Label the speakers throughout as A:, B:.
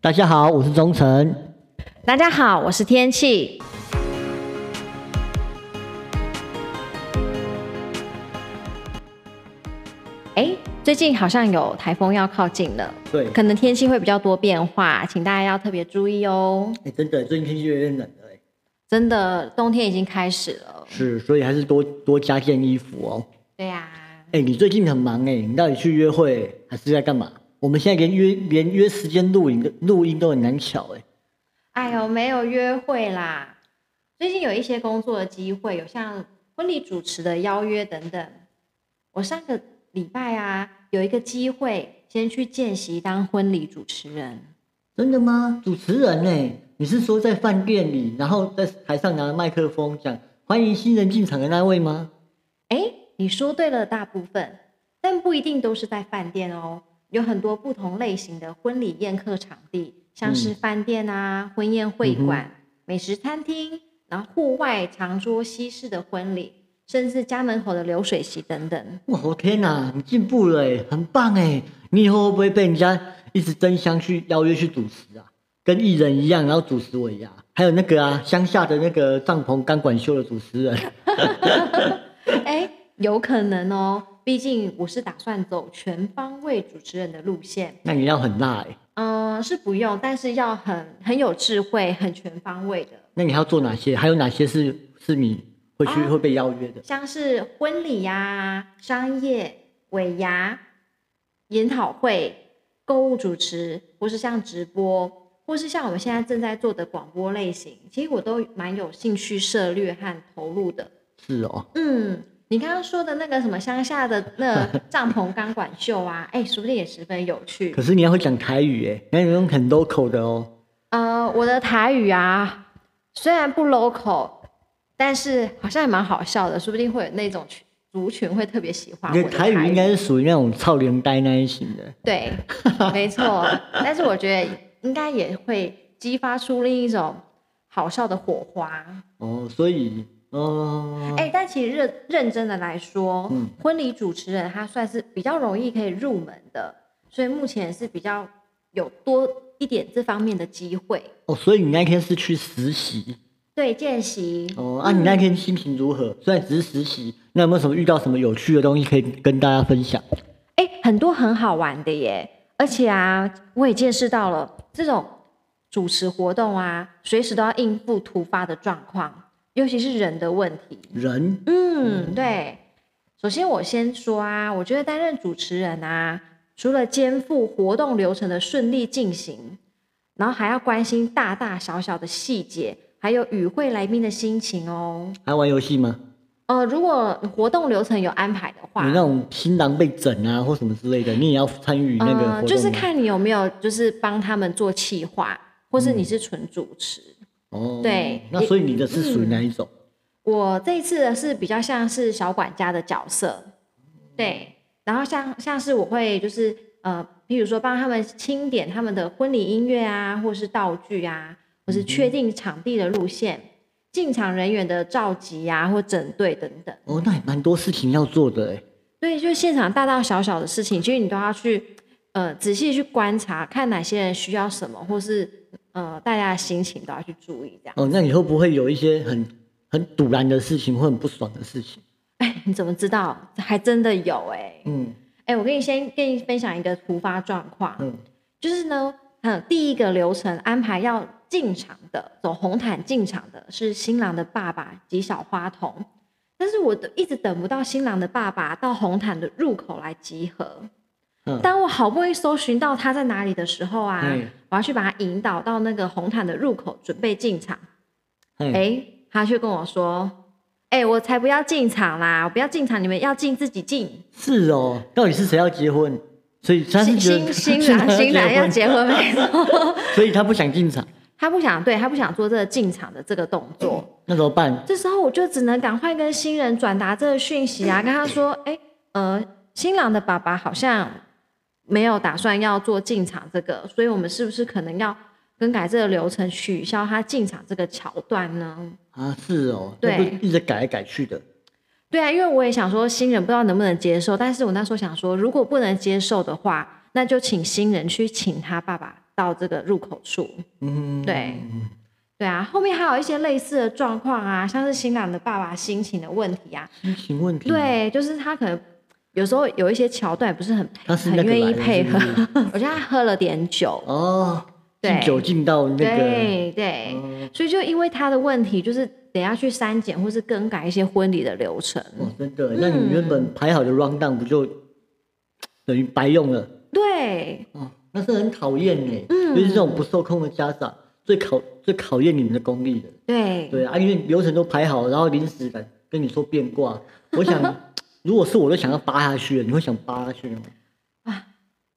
A: 大家好，我是钟诚。
B: 大家好，我是天气。哎，最近好像有台风要靠近了，
A: 对，哎、
B: 可能天气会比较多变化，请大家要特别注意哦。
A: 哎真的，最近天气越来越冷了、哎
B: 真的，冬天已经开始了。
A: 是，所以还是多多加件衣服哦。
B: 对呀、
A: 哎、你最近很忙哎、你到底去约会还是在干嘛？我们现在连约连约时间录影的录音都很难巧哎、
B: 哎呦，没有约会啦。最近有一些工作的机会，有像婚礼主持的邀约等等。我上个礼拜啊，有一个机会，先去见习当婚礼主持人。
A: 真的吗？主持人哎、你是说在饭店里，然后在台上拿麦克风讲欢迎新人进场的那位吗？
B: 哎，你说对了，大部分，但不一定都是在饭店哦，有很多不同类型的婚礼宴客场地，像是饭店啊、婚宴会馆、美食餐厅，然后户外长桌西式的婚礼，甚至家门口的流水席等等。
A: 哇，我天哪，你进步了哎，很棒哎！你以后会不会被人家一直争相去邀约去主持啊？跟艺人一样，然后主持我一样，还有那个啊，乡下的那个帐篷钢管秀的主持人，
B: 哎，有可能哦，毕竟我是打算走全方位主持人的路线。
A: 那你要很辣哎。
B: 嗯、是不用，但是要很很有智慧、很全方位的。
A: 那你还要做哪些？还有哪些是是你会去、
B: 啊
A: 会被邀约的？
B: 像是婚礼呀、商业、尾牙、研讨会、购物主持，或是像直播，或是像我们现在正在做的广播类型，其实我都蛮有兴趣涉略和投入的。
A: 是哦，
B: 嗯，你刚刚说的那个什么乡下的 那帐篷钢管秀啊，哎，说不定也十分有趣
A: 可。是你要会讲台语哎，那你要用很 local 的哦。
B: 呃，我的台语啊，虽然不 local，但是好像也蛮好笑的，说不定会有那种群族群会特别喜欢我
A: 你
B: 的
A: 的台语应该是属于那种操连呆那一型的。
B: 对，没错。但是我觉得应该也会激发出另一种好笑的火花。
A: 哦，所以哦，
B: 哎、但其实认认真的来说，
A: 嗯
B: 婚礼主持人他算是比较容易可以入门的，所以目前是比较有多一点这方面的机会。
A: 哦，所以你那天是去实习
B: 对，见习。
A: 哦？啊，你那天心情如何？虽然只是实习，那有没有什么遇到什么有趣的东西可以跟大家分享？
B: 哎、很多很好玩的耶！而且啊，我也见识到了这种主持活动啊，随时都要应付突发的状况，尤其是人的问题。
A: 人
B: 嗯，对。首先，我先说啊，我觉得担任主持人啊，除了肩负活动流程的顺利进行，然后还要关心大大小小的细节，还有与会来宾的心情哦。
A: 还玩游戏吗？
B: 呃，如果活动流程有安排的话，
A: 你那种新郎被整啊或什么之类的，你也要参与那个活动吗、
B: 呃，就是看你有没有就是帮他们做企划，或
A: 嗯
B: 是你是纯主持。
A: 哦，
B: 对
A: 那所以你的是属于哪一种？
B: 我这一次的是比较像是小管家的角色，对。然后像像是我会就是呃，譬如说帮他们清点他们的婚礼音乐啊，或是道具啊，或是确定场地的路线、进场人员的召集啊，或整队等等。
A: 哦，那也蛮多事情要做的哎。
B: 所以就现场大大小小的事情，其实你都要去呃仔细去观察，看哪些人需要什么，或是呃大家的心情都要去注意。这样，
A: 哦，那你会不会有一些很很堵然的事情，或很不爽的事情？
B: 哎，你怎么知道？还真的有哎、
A: 嗯
B: 哎，我跟你先跟你分享一个突发状况，
A: 嗯，
B: 就是呢，嗯，第一个流程安排要进场的，走红毯进场的是新郎的爸爸及小花童，但是我都一直等不到新郎的爸爸到红毯的入口来集合。
A: 嗯
B: 当我好不容易搜寻到他在哪里的时候啊
A: 嗯，
B: 我要去把他引导到那个红毯的入口，准备进场。
A: 哎、
B: 哎，他却跟我说：“哎，我才不要进场啦！我不要进场，你们要进自己进。”
A: 是哦，到底是谁要结婚？所以 他是
B: 新
A: 觉得
B: 新新郎新郎要
A: 结
B: 结婚没错，
A: 婚，所以他不想进场，
B: 他不想对他不想做这个进场的这个动作，
A: 那怎么办？
B: 这时候我就只能赶快跟新人转达这个讯息啊，跟他说，哎、呃，新郎的爸爸好像没有打算要做进场这个，所以我们是不是可能要更改这个流程，取消他进场这个桥段呢？
A: 啊，是哦，
B: 对
A: 那不一直改来改去的，
B: 对啊，因为我也想说新人不知道能不能接受，但是我那时候想说，如果不能接受的话，那就请新人去请他爸爸到这个入口处。
A: 嗯，
B: 对对啊，后面还有一些类似的状况啊，像是新郎的爸爸心情的问题啊，
A: 心情问题，，
B: 对，就是他可能有时候有一些桥段不是很
A: 他是那
B: 很
A: 个
B: 愿
A: 来
B: 意
A: 的
B: 配
A: 是
B: 合
A: 不是，
B: 我觉得他喝了点酒，
A: 哦，
B: 对
A: 进酒进到那个，
B: 对对，
A: 哦
B: 所以就因为他的问题，就是得要去删减或是更改一些婚礼的流程。
A: 哦，真的，那你原本排
B: 嗯
A: 好的 round down 不就等于白用了？
B: 对，
A: 哦，那是很讨厌哎，尤
B: 嗯
A: 其这种不受控的家长，最考最考验你们的功力的。
B: 对，
A: 对啊，因为流程都排好了，然后临时来跟你说变卦，我 想如果是我都想要扒下去了，你会想扒下去吗？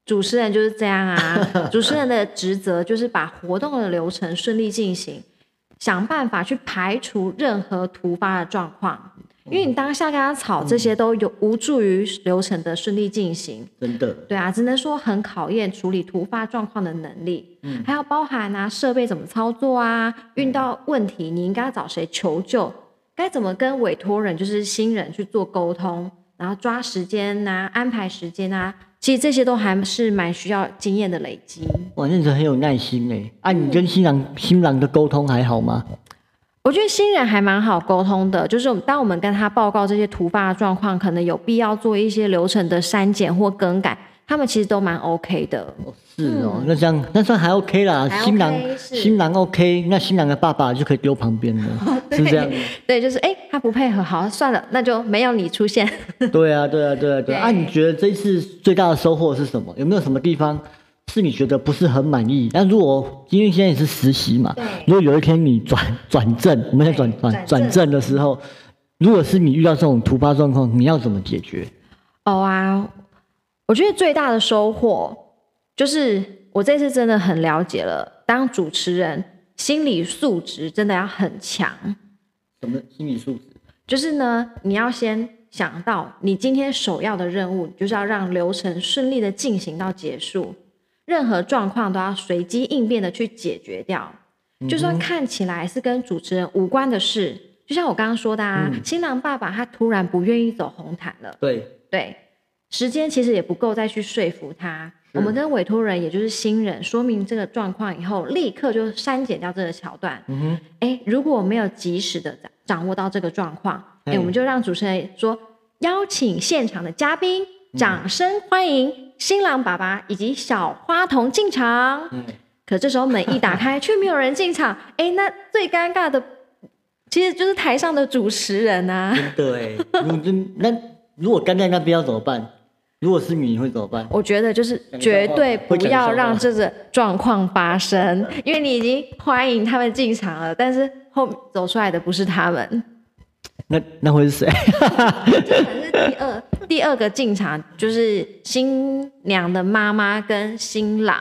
B: 主持人就是这样啊。 主持人的职责就是把活动的流程顺利进行，想办法去排除任何突发的状况。因为你当下跟他吵，这些都有无助于流程的顺利进行。
A: 真的，
B: 对啊，只能说很考验处理突发状况的能力，
A: 嗯
B: 还有包含啊设备怎么操作啊，遇到问题你应该找谁求救，该怎么跟委托人就是新人去做沟通，然后抓时间呐、安排时间呐、其实这些都还是蛮需要经验的累积。
A: 哇，那你真的很有耐心哎。啊，你跟新郎新郎的沟通还好吗？
B: 我觉得新人还蛮好沟通的，就是我们当我们跟他报告这些突发的状况，可能有必要做一些流程的删减或更改，他们其实都蛮 OK 的。
A: 哦，是哦，那这样那算还 OK 啦。
B: 嗯还
A: 新郎
B: OK，是
A: 新郎 OK，那新郎的爸爸就可以丢旁边了，是这样吗。
B: 哦 对，就是哎、诶他不配合，好算了，那就没有你出现。
A: 对啊，对啊，对啊，对啊。啊，
B: 对
A: 你觉得这一次最大的收获是什么？有没有什么地方是你觉得不是很满意？那如果因为现在也是实习嘛
B: 对，
A: 如果有一天你转 转正，我们在转
B: 对
A: 转
B: 转
A: 转
B: 正
A: 正的时候，如果是你遇到这种突发状况，你要怎么解决？
B: 哦啊，我觉得最大的收获就是我这次真的很了解了，当主持人心理素质真的要很强。
A: 什么心理素质？
B: 就是呢，你要先想到你今天首要的任务，就是要让流程顺利的进行到结束，任何状况都要随机应变的去解决掉。就算看起来是跟主持人无关的事，就像我刚刚说的啊，新郎爸爸他突然不愿意走红毯了，
A: 对，
B: 对，时间其实也不够再去说服他。
A: 是
B: 我们跟委托人，也就是新人，说明这个状况以后，立刻就删减掉这个桥段。
A: 嗯哼，
B: 哎，如果没有及时的掌掌握到这个状况，哎，
A: 嗯
B: 我们就让主持人说，邀请现场的嘉宾，
A: 嗯
B: 掌声欢迎新郎爸爸以及小花童进场。
A: 嗯，
B: 可这时候门一打开，却没有人进场，哎，那最尴尬的其实就是台上的主持人啊。
A: 真的 哎，如真那如果干在那边要怎么办？如果是你，你会怎么办？
B: 我觉得就是绝对不要让这个状况 发生，因为你已经欢迎他们进场了，但是后走出来的不是他们。
A: 那那会是 谁？
B: 可能是第二第二个进场就是新娘的妈妈跟新郎，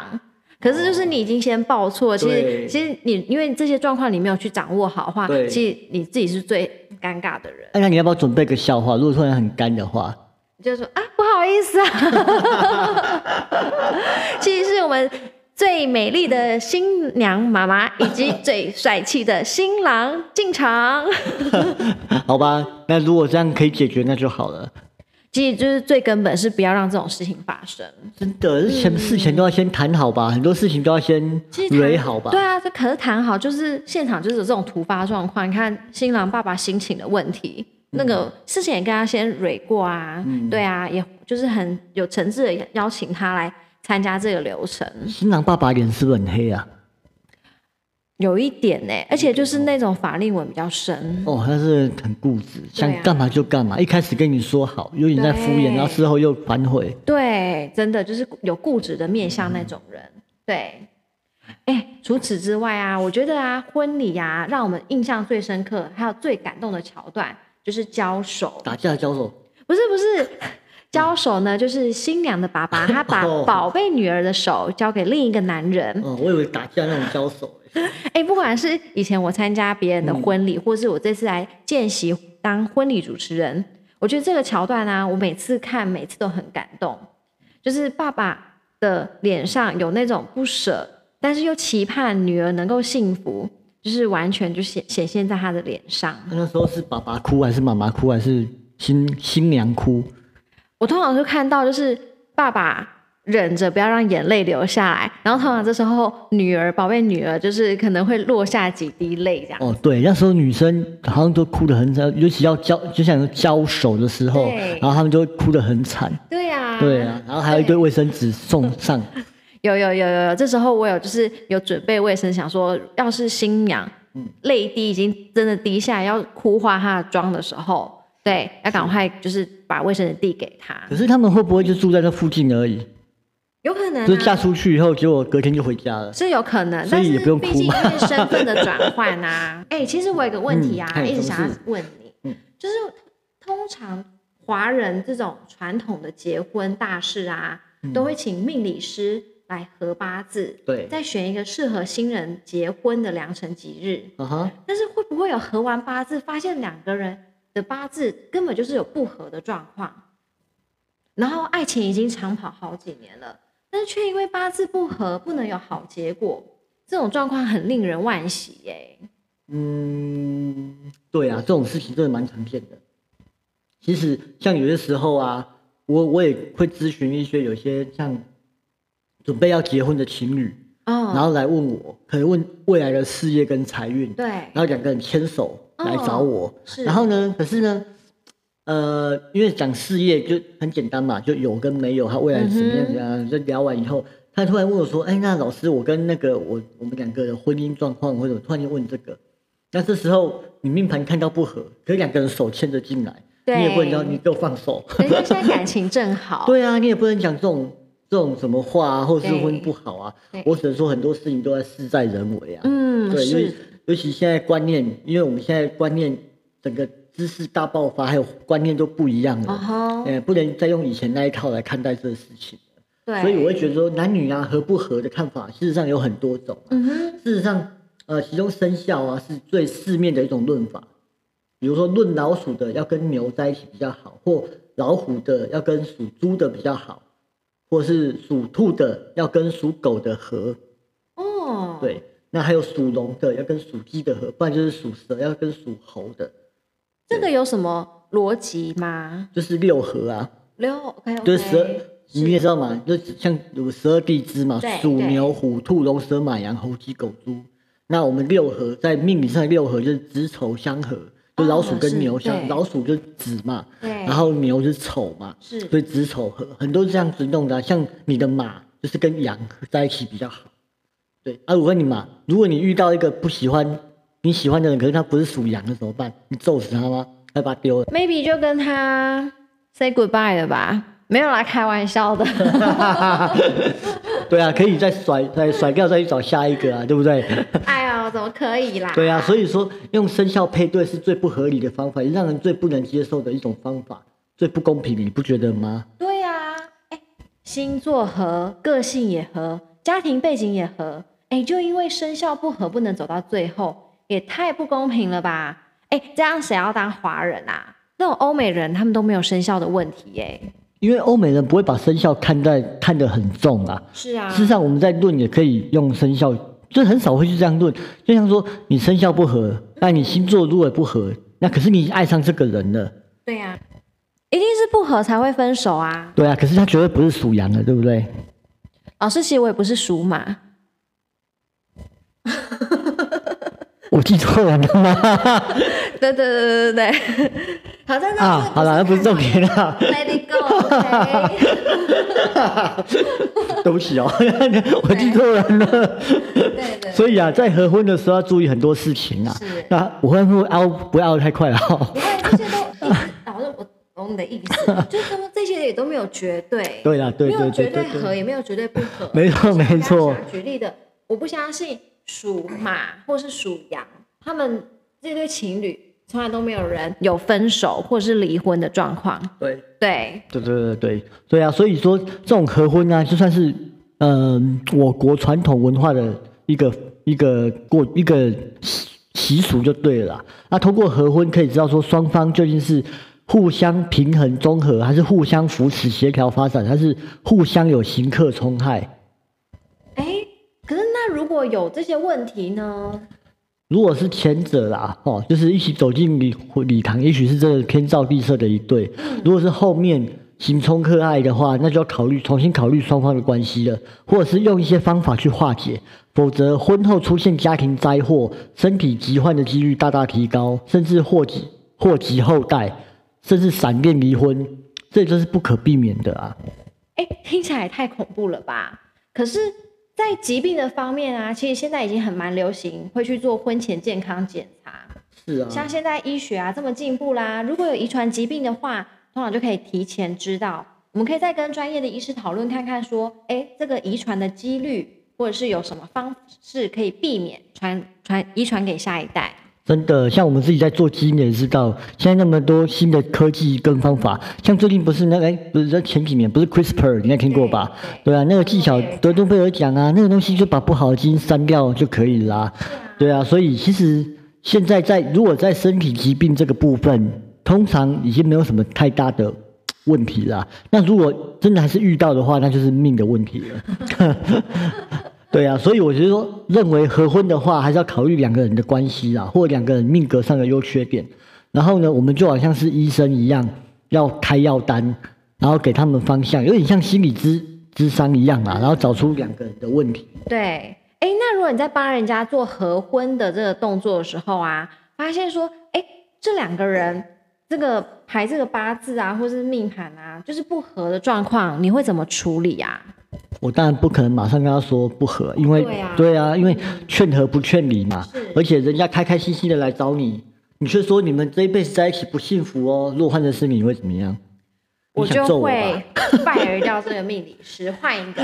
B: 可是就是你已经先报错，其
A: 对
B: 实其实你因为这些状况你没有去掌握好的话
A: 对，
B: 其实你自己是最尴尬的人，
A: 哎，那你要不要准备个笑话？如果突然很干的话，
B: 你就说啊不好意思啊， 其实是我们。最美丽的新娘妈妈以及最帅气的新郎进场，
A: 好吧，那如果这样可以解决，那就好了。
B: 其实就是最根本是不要让这种事情发生。
A: 真的，前事前都要先谈好吧，很多事情都要先
B: 嗯其实
A: 蕊
B: 谈
A: 好吧
B: 对。啊，这可是谈好，就是现场就是有这种突发状况，你看新郎爸爸心情的问题，那个事情也跟他先蕊过啊，对啊，也就是很有诚挚的邀请他来参加这个流程，
A: 新郎爸爸脸是不是很黑啊？
B: 有一点呢、而且就是那种法令纹比较深，
A: 哦，他是很固执，想
B: 对啊
A: 干嘛就干嘛，一开始跟你说好，有点在敷衍，
B: 对
A: 然后事后又反悔。
B: 对，真的就是有固执的面向那种人，对。哎，除此之外啊，我觉得啊，婚礼啊，让我们印象最深刻，还有最感动的桥段就是交手。
A: 打架交手，
B: 不是不是，交手呢，就是新娘的爸爸，他把
A: 哦
B: 宝贝女儿的手交给另一个男人。
A: 哦，我以为打架那种交手、欸，
B: 哎，不管是以前我参加别人
A: 嗯
B: 的婚礼，或是我这次来见习当婚礼主持人，我觉得这个桥段啊，我每次看每次都很感动，就是爸爸的脸上有那种不舍，但是又期盼女儿能够幸福，就是完全就显显现在他的脸上。
A: 那那时候是爸爸哭还是妈妈哭还是新新娘哭？
B: 我通常就看到就是爸爸忍着不要让眼泪流下来。然后通常这时候女儿宝贝女儿就是可能会落下几滴泪这样。
A: 哦，对，那时候女生好像都哭得很惨，尤其要交，就像交手的时候
B: 对，
A: 然后她们就哭得很惨。
B: 对呀、啊，
A: 对啊，然后还有一堆卫生纸送上，
B: 有有有有有，这时候我有就是有准备卫生，想说要是新娘，
A: 嗯
B: 泪滴已经真的滴下来要哭花她的妆的时候，对，要赶快就是把卫生纸递给她，
A: 可是他们会不会就住在这附近而已？
B: 有可能、
A: 就是嫁
B: 啊。
A: 出去以后，结果隔天就回家了。
B: 是有可能，
A: 所
B: 但
A: 以
B: 是
A: 也不用哭
B: 毕竟因为身份的转换 啊，哎、其实我有一个问题啊，
A: 嗯哎
B: 一直
A: 什么
B: 想要
A: 事
B: 问你，
A: 嗯
B: 就是通常华人这种传统的结婚大事啊，
A: 嗯
B: 都会请命理师来合八字，
A: 对，
B: 再选一个适合新人结婚的良辰吉日。
A: 啊哈，
B: 但是会不会有合完八字，发现两个人的八字根本就是有不合的状况？然后爱情已经长跑好几年了，但是却因为八字不合，不能有好结果，这种状况很令人惋惜耶、
A: 嗯，对啊，这种事情真的蛮常见的。其实像有些时候啊，我我也会咨询一些有些像准备要结婚的情侣，然
B: 哦，
A: 后来问我，可能问未来的事业跟财运，
B: 对哦
A: 然，后两个人牵手来找我，
B: 是
A: 然后呢，可是呢，呃，因为讲事业就很简单嘛，就有跟没有，他未来怎么样
B: 嗯哼
A: 怎么样，就聊完以后，他突然问我说：“哎，那老师，我跟那个我我们两个的婚姻状况，或者突然间问这个，那这时候你命盘看到不合，可是两个人手牵着进来，
B: 对
A: 你也不能叫你给我放手，
B: 人家现在感情正好，
A: 对啊，你也不能讲这种这种什么话啊，或者是
B: 对
A: 婚姻不好啊
B: 对，
A: 我只能说很多事情都在事在人为啊，
B: 嗯，
A: 对，尤
B: 是
A: 其尤其现在观念，因为我们现在观念整个知识大爆发，还有观念都不一样
B: 哦
A: 了，
B: 吼，
A: 呃，不能再用以前那一套来看待这个事情。
B: 对，
A: 所以我会觉得说，男女啊合不合的看法，事实上有很多种、啊。
B: 嗯哼，
A: 事实上，呃，其中生肖啊是最四面的一种论法，比如说论老鼠的要跟牛在一起比较好，或老虎的要跟属猪的比较好，或是属兔的要跟属狗的合。
B: 哦，，
A: 对，那还有属龙的要跟属鸡的合，不然就是属蛇要跟属猴的，
B: 这个有什么逻辑吗？
A: 就是六合啊，
B: 六，OK，, o
A: 就是十二，你也知道嘛，就像有十二地支嘛
B: 对，
A: 鼠、
B: 对
A: 牛、虎、兔、龙、蛇、马、羊、猴、鸡、狗、猪。那我们六合在命理上的六合就是子丑相合，就老鼠
B: 哦是
A: 跟牛相，
B: 对
A: 老鼠就是子嘛，
B: 对，
A: 然后牛是丑嘛，
B: 是
A: 所以子丑合很多是这样子弄的啊、像你的马就是跟羊合在一起比较好。对啊，我问你嘛，如果你遇到一个不喜欢你喜欢的人，可是他不是属羊的怎么办？你揍死他吗？还把他丢了？
B: maybe 就跟他 say goodbye 了吧？没有啦，开玩笑的。
A: 对啊，可以再甩再甩掉，再去找下一个啊，对不对？
B: 哎呦，怎么可以啦？
A: 对啊，所以说用生肖配对是最不合理的方法，也让人最不能接受的一种方法，最不公平，你不觉得吗？
B: 对呀、哎，星座合，个性也合，家庭背景也合，哎，就因为生肖不合，不能走到最后，也太不公平了吧？哎，这样谁要当华人啊？那种欧美人他们都没有生肖的问题耶、
A: 因为欧美人不会把生肖看待看得很重啊，
B: 是啊，
A: 事实上，我们在论也可以用生肖，就很少会去这样论。就像说，你生肖不合，那你星座如果不合，那可是你爱上这个人了，
B: 对啊呀、一定是不合才会分手啊。
A: 对啊。可是他绝对不是属羊的，对不对？
B: 老师，其实我也不是属马，
A: 我记错了吗？
B: 对对对对对对， 好在那
A: 啊，好了，那不是重点啊啦，
B: ，Let it go，OK，、
A: 对不起哦，我记错人了。
B: 对对，
A: 所以啊，在合婚的时候要注意很多事情啊
B: 是。
A: 那我会不会凹不要凹太快哦？
B: 不会这些都一直，老师我懂你的意思，就是说这些也都没有绝对，
A: 对啦，对
B: 没
A: 对
B: 有
A: 对
B: 绝
A: 对
B: 对
A: 对。
B: 合，也没有绝对不合，
A: 没错
B: 就像
A: 没错
B: 刚刚举例的，我不相信呃属马或是属羊，他们这对情侣从来都没有人有分手或是离婚的状况，
A: 对
B: 对，
A: 对对对对对啊！所以说这种合婚啊，就算是嗯、我国传统文化的一个一个过一个习习俗就对了啦。那通过合婚可以知道说双方究竟是互相平衡综合，还是互相扶持协调发展，还是互相有行克冲害。
B: 哎，可是那如果有这些问题呢？
A: 如果是前者啦，哦，嗯就是一起走进礼礼堂，也许是真的天造地设的一对；如果是后面行冲克爱的话，那就要考虑重新考虑双方的关系了，或者是用一些方法去化解，否则婚后出现家庭灾祸、身体疾患的几率大大提高，甚至祸及祸及后代，甚至闪电离婚，这都是不可避免的啊。
B: 哎，听起来也太恐怖了吧？可是，在疾病的方面啊，其实现在已经很蛮流行会去做婚前健康检查。
A: 是啊
B: 像现在医学啊这么进步啦，如果有遗传疾病的话，通常就可以提前知道。我们可以再跟专业的医师讨论看看，说，哎，这个遗传的几率，或者是有什么方式可以避免传传遗传给下一代。
A: 真的，像我们自己在做基因也知道，现在那么多新的科技跟方法，像最近不是那个，哎不是在前几年不是 CRISPR，你应该听过吧？对啊，那个技巧
B: 对
A: 德东贝尔讲啊，那个东西就把不好的基因删掉就可以啦。对啊，所以其实现在在如果在身体疾病这个部分，通常已经没有什么太大的问题啦。那如果真的还是遇到的话，那就是命的问题了。对啊，所以我觉得说，认为合婚的话，还是要考虑两个人的关系啦，或两个人命格上的优缺点。然后呢，我们就好像是医生一样，要开药单，然后给他们方向，有点像心理咨咨商一样啦，然后找出两个人的问题。
B: 对，哎，那如果你在帮人家做合婚的这个动作的时候啊，发现说，哎，这两个人这个排这个八字啊，或是命盘啊，就是不合的状况，你会怎么处理啊？
A: 我当然不可能马上跟他说不和，因为
B: 对啊
A: 因为劝和不劝离嘛
B: 是。
A: 而且人家开开心心的来找你，你却说你们这一辈子在一起不幸福哦。如果换成是你，你会怎么样？
B: 我
A: 你想
B: 就
A: 揍我吧
B: 会 fire 掉这个命理师，换一个，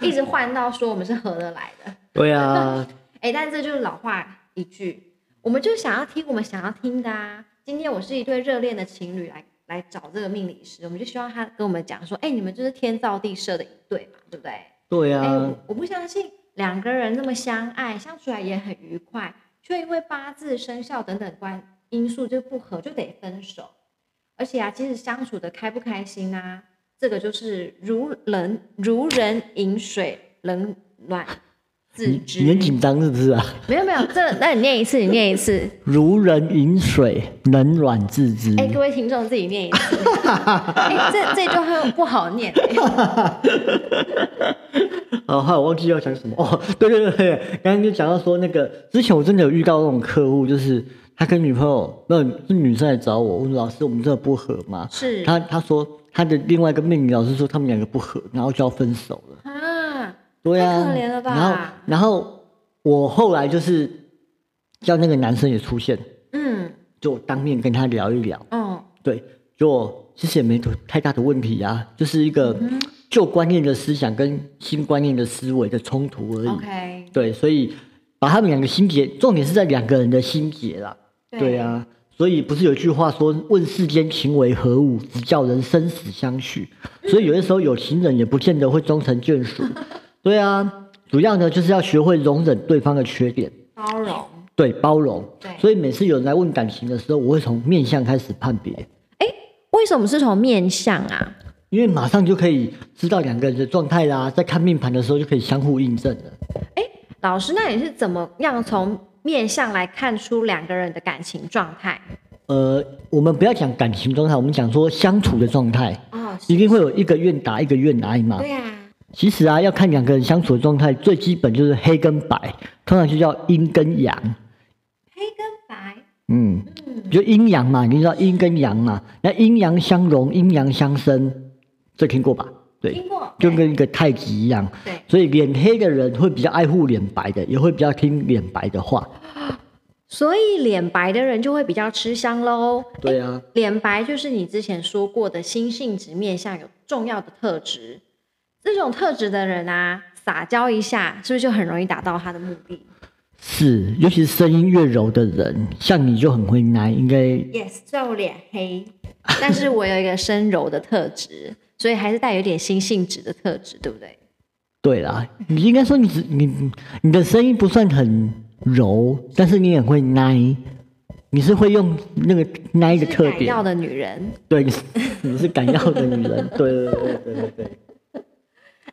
B: 一直换到说我们是合得来的。
A: 对啊，
B: 哎，但这就是老话一句，我们就想要听我们想要听的啊。今天我是一对热恋的情侣来来找这个命理师，我们就希望他跟我们讲说，哎，你们就是天造地设的一对嘛，对不对？
A: 对
B: 哎、
A: 啊
B: 我，我不相信两个人那么相爱，相处来也很愉快，却因为八字、生肖等等关因素就不合，就得分手。而且啊，即使相处的开不开心啊，这个就是如人如人饮水，冷暖自知。
A: 你很紧张是不是啊？
B: 没有没有，这那你念一次，你念一次。
A: 如人饮水，冷暖自知。
B: 哎、各位听众自己念一 次。哎、这这句话不好念、
A: 哦，害我忘记要讲什么哦。对对对对，刚刚就讲到说那个，之前我真的有遇到那种客户，就是他跟女朋友，那是女生来找我，问老师我们真的不合吗？
B: 是
A: 他他说他的另外一个命理老师说他们两个不合，然后就要分手了。
B: 啊，
A: 对啊，
B: 太可怜了吧
A: 然后然后我后来就是叫那个男生也出现，
B: 嗯，
A: 就当面跟他聊一聊。
B: 哦，
A: 对，就其实也没多太大的问题啊，就是一个
B: 嗯
A: 旧观念的思想跟新观念的思维的冲突而已。
B: OK，
A: 对，所以把他们两个心结，重点是在两个人的心结啦。
B: 对
A: 对啊，所以不是有句话说“问世间情为何物，直叫人生死相许”。所以有的时候有情人也不见得会终成眷属。 对啊，主要呢就是要学会容忍对方的缺点，
B: 包容。
A: 对包容
B: 对。
A: 所以每次有人来问感情的时候，我会从面相开始判别。
B: 哎为什么是从面相啊？
A: 因为马上就可以知道两个人的状态啦，在看命盘的时候就可以相互印证了。
B: 哎老师，那你是怎么样从面相来看出两个人的感情状态？
A: 呃，我们不要讲感情状态，我们讲说相处的状态，
B: 哦，
A: 一定会有一个愿打，一个愿挨嘛。
B: 对啊，
A: 其实啊，要看两个人相处的状态，最基本就是黑跟白，通常就叫阴跟阳。
B: 黑跟白，
A: 嗯，
B: 嗯，
A: 就阴阳嘛，你知道阴跟阳嘛，那阴阳相融，阴阳相生，这听过吧？对，
B: 听过，
A: 就跟一个太极一样。
B: 对，
A: 所以脸黑的人会比较爱护脸白的，也会比较听脸白的话。
B: 所以脸白的人就会比较吃香喽。
A: 对啊。
B: 脸白就是你之前说过的心性直面相有重要的特质，这种特质的人啊，撒娇一下是不是就很容易达到他的目的
A: 是，尤其是声音越柔的人，像你就很会奶，应该
B: ？Yes，虽然我脸黑， 但是我有一个生柔的特质，所以还是带有点心性质的特质，对不对？
A: 对啦。你应该说你只你你的声音不算很柔，但是你也会奶，你是会用那个奶的
B: 是
A: 特
B: 改
A: 点
B: 药，的女人。
A: 对，你是你是敢要的女人，对对对对对对。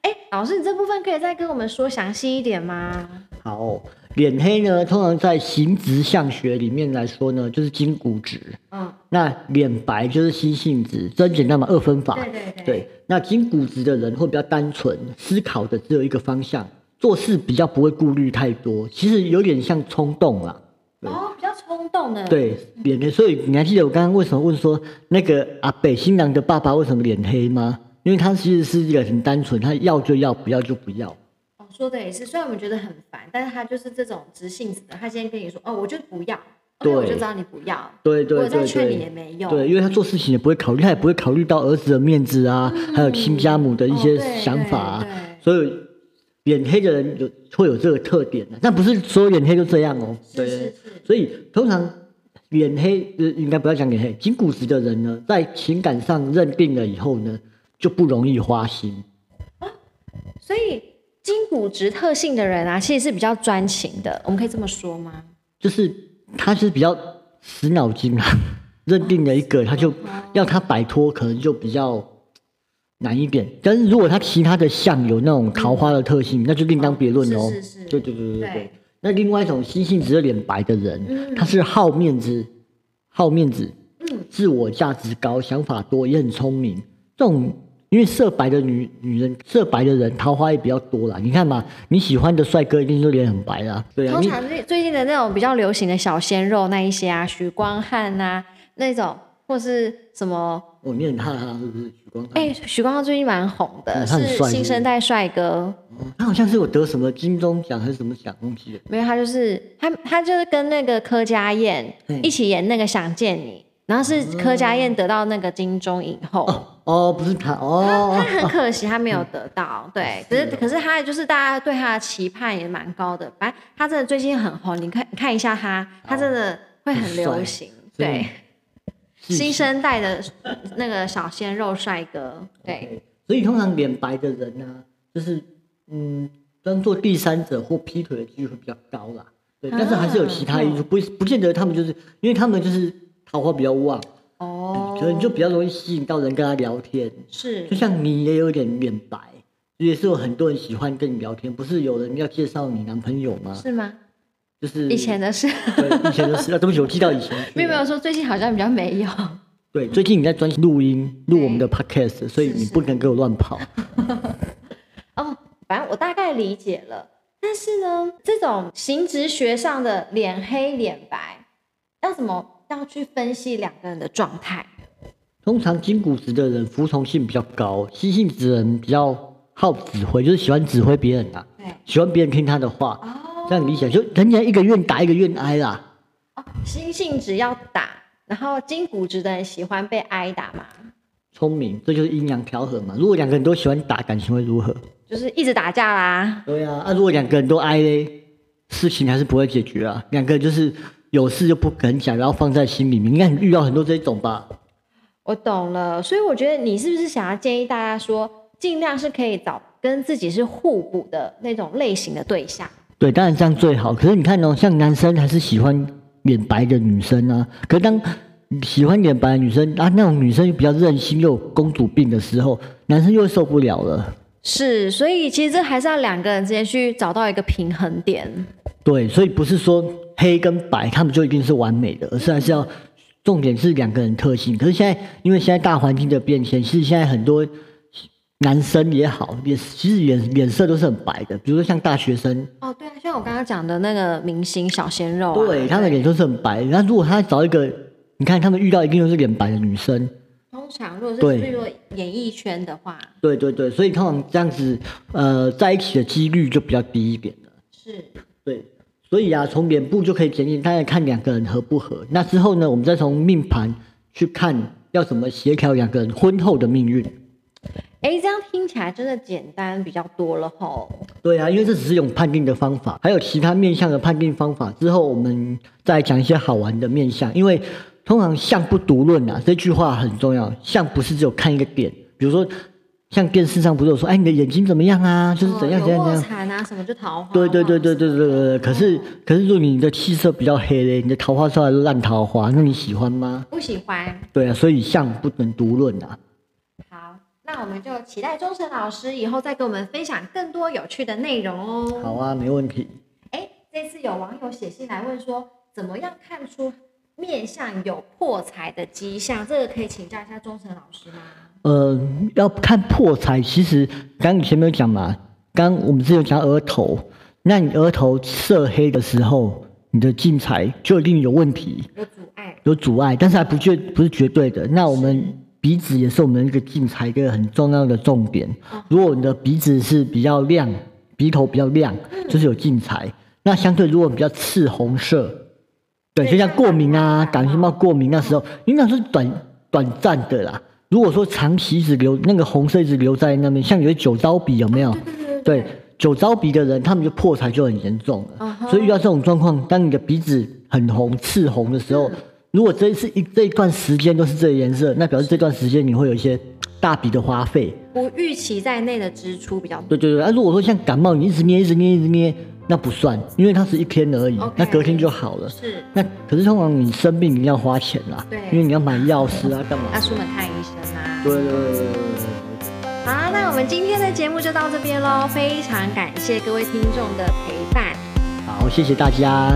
B: 哎，老师，你这部分可以再跟我们说详细一点吗？
A: 好，脸黑呢，通常在形质相学里面来说呢，就是筋骨质。
B: 嗯，
A: 那脸白就是吸性质，这很简单嘛，二分法。
B: 对对
A: 对，那筋骨质的人会比较单纯，思考的只有一个方向，做事比较不会顾虑太多，其实有点像冲动啦。
B: 哦，比较冲动的，，
A: 对，脸黑，所以你还记得我刚刚为什么问说那个阿北新郎的爸爸为什么脸黑吗？因为他其实是一个很单纯，他要就要，不要就不要。
B: 哦，说的也是。虽然我们觉得很烦，但是他就是这种直性子的。他今天跟你说，哦，我就不要，哦
A: 对
B: 我就知道你不要，
A: 对对
B: 我再
A: 对
B: 劝你也
A: 对。
B: 没用。
A: 对，因为他做事情也不会考虑，他也不会考虑到儿子的面子啊，还有亲家母的一些
B: 嗯哦对
A: 想法、啊
B: 对对
A: 所以脸黑的人有会有这个特点的、但不是所有脸黑就这样哦。
B: 是是是，
A: 所以通常脸黑呃应该不要讲脸黑，筋骨质的人呢，在情感上认定了以后呢，就不容易花心。
B: 所以筋骨质特性的人啊，其实是比较专情的，我们可以这么说吗？
A: 就是他是比较死脑筋啊， 认定了一个，他就要他摆脱，可能就比较难一点。但是如果他其他的像有那种桃花的特性，那就另当别论哦。
B: 是是是
A: 对对对对对。
B: 对嗯
A: 那另外一种心性只是脸白的人，他是好面子，好面子，自我价值高，想法多，也很聪明。这种因为色白的女女人，色白的人桃花也比较多啦。你看嘛，你喜欢的帅哥一定都脸很白啦，对啊，
B: 通
A: 你
B: 常最最近的那种比较流行的小鲜肉那一些啊，许光汉呐、那种，或是什么，
A: 我念他他是不是许光汉？
B: 哎、许光汉最近蛮红的，
A: 嗯他很帅是不
B: 是
A: 是
B: 新生代帅哥。
A: 他好像是有得什么金钟奖还是什么奖忘记了。
B: 没有，他就是他，他就是跟那个柯佳燕
A: 嗯
B: 一起演那个《想见你》，然后是柯佳燕得到那个金钟影后。
A: 哦，不是他
B: 他
A: 哦，
B: 很可惜，他没有得到。对，可
A: 是
B: 是
A: 哦
B: 可是他就是大家对他的期盼也蛮高的。反正他真的最近很红，你看你看一下他，他真的会很流行。
A: 哦帅
B: 对，
A: 是
B: 新生代的那个小鲜肉帅哥。对，
A: 所以通常脸白的人呢、就是嗯，当做第三者或劈腿的几率会比较高啦。对，但是还是有其
B: 啊
A: 他因素，不不见得他们就是，因为他们就是桃花比较旺，
B: 哦，
A: 所以你哎就比较容易吸引到人跟他聊天。
B: 是
A: 就像你也有点脸白，也是有很多人喜欢跟你聊天，不是有人要介绍你男朋友吗？
B: 是吗？
A: 就是
B: 以前的是，
A: 对以前的事啊，对不起，我记到以前去
B: 没有
A: 了
B: 没有说最近好像比较没有。
A: 对，最近你在专心录音，录我
B: 嗯
A: 们的 podcast，所以
B: 是
A: 你
B: 是
A: 不能给我乱跑。
B: 哦，反正我大概理解了。但是呢，这种形质学上的脸黑脸白，要怎么要去分析两个人的状态？
A: 通常筋骨质的人服从性比较高，吸性质的人比较好指挥，就是喜欢指挥别人啦、
B: 对，
A: 喜欢别人听他的话。
B: 哦，
A: 这样理解，就人家一个愿打一个愿挨啦。
B: 哦，心性只要打，然后筋骨质的人喜欢被挨打嘛，
A: 聪明，这就是阴阳调和嘛。如果两个人都喜欢打，感情会如何？
B: 就是一直打架啦。
A: 对啊，啊，如果两个人都挨嘞，事情还是不会解决啊。两个人就是有事就不肯讲，然后放在心里面。应该你遇到很多这种吧？
B: 我懂了，所以我觉得你是不是想要建议大家说，尽量是可以找跟自己是互补的那种类型的对象？
A: 对，当然这样最好。可是你看哦，像男生还是喜欢脸白的女生啊。可是当喜欢脸白的女生啊，那种女生又比较任性又有公主病的时候，男生又会受不了了。
B: 是，所以其实这还是要两个人之间去找到一个平衡点。
A: 对，所以不是说黑跟白他们就一定是完美的，而是还是要重点是两个人特性。可是现在因为现在大环境的变迁，其实现在很多男生也好，也其实脸脸色都是很白的，比如说像大学生。
B: 哦，对啊，像我刚刚讲的那个明星小鲜肉、啊，
A: 对，他们脸都是很白。那如果他找一个，你看他们遇到一定都是脸白的女生，
B: 通常如果
A: 对
B: 是比如说演艺圈的话，
A: 对对对，所以通常这样子，呃，在一起的几率就比较低一点了。
B: 是
A: 对，所以啊，从脸部就可以简简单单地看两个人合不合。那之后呢，我们再从命盘去看要怎么协调两个人婚后的命运。
B: 哎，这样听起来真的简单比较多了吼。
A: 对啊，因为这只是一种判定的方法，还有其他面向的判定方法。之后我们再讲一些好玩的面向，因为通常相不独论啊，这句话很重要。相不是只有看一个点，比如说像电视上不是有说，哎，你的眼睛怎么样啊？就是怎样
B: 哦
A: 怎
B: 有
A: 样怎
B: 卧
A: 样。
B: 蚕啊，什么就桃花。
A: 对对对对对对对对。可是可是，如果你的气色比较黑嘞，你的桃花出来都烂桃花，那你喜欢吗？
B: 不喜欢。
A: 对啊，所以相不能独论啊。
B: 好，那我们就期待钟诚老师以后再给我们分享更多有趣的内容哦。
A: 好啊，没问题。
B: 哎，这次有网友写信来问说，怎么样看出面相有破财的迹象？这个可以请教一下钟诚老师吗？
A: 呃，要看破财，其实刚以前没有讲嘛，刚我们之前有讲额头，那你额头色黑的时候，你的进财就一定有问题，
B: 有阻碍，
A: 有阻碍，但是还不绝不是绝对的。那我们鼻子也是我们一个进财一个很重要的重点
B: 嗯。
A: 如果你的鼻子是比较亮，鼻头比较亮，
B: 嗯
A: 就是有进财。那相对如果比较赤红色，对，
B: 对
A: 就像过敏啊、
B: 像感
A: 感
B: 冒
A: 冒过敏那时
B: 哦
A: 候，因为那是短短暂的啦。如果说长期一直留那个红色一直留在那边，像有些酒糟鼻有没有？
B: 哦对对对
A: 对，酒糟鼻的人，他们就破财就很严重了。
B: 啊哈
A: 所以遇到这种状况，当你的鼻子很红、赤红的时候，
B: 嗯
A: 如果这一次一这一段时间都是这个颜色，那表示这段时间你会有一些大笔的花费。
B: 不预期在内的支出比较多。
A: 对对对，啊那、如果说像感冒，你一直捏、一直捏、一直捏，那不算，因为它是一天而已
B: OK
A: 那隔天就好了。
B: 是，
A: 那可是通常你生病你要花钱啦，
B: 对
A: 因为你要买药师啊，干嘛？
B: 要出门看医生啊。
A: 对对对对对对。
B: 好啦，那我们今天的节目就到这边喽，非常感谢各位听众的陪伴。
A: 好，谢谢大家。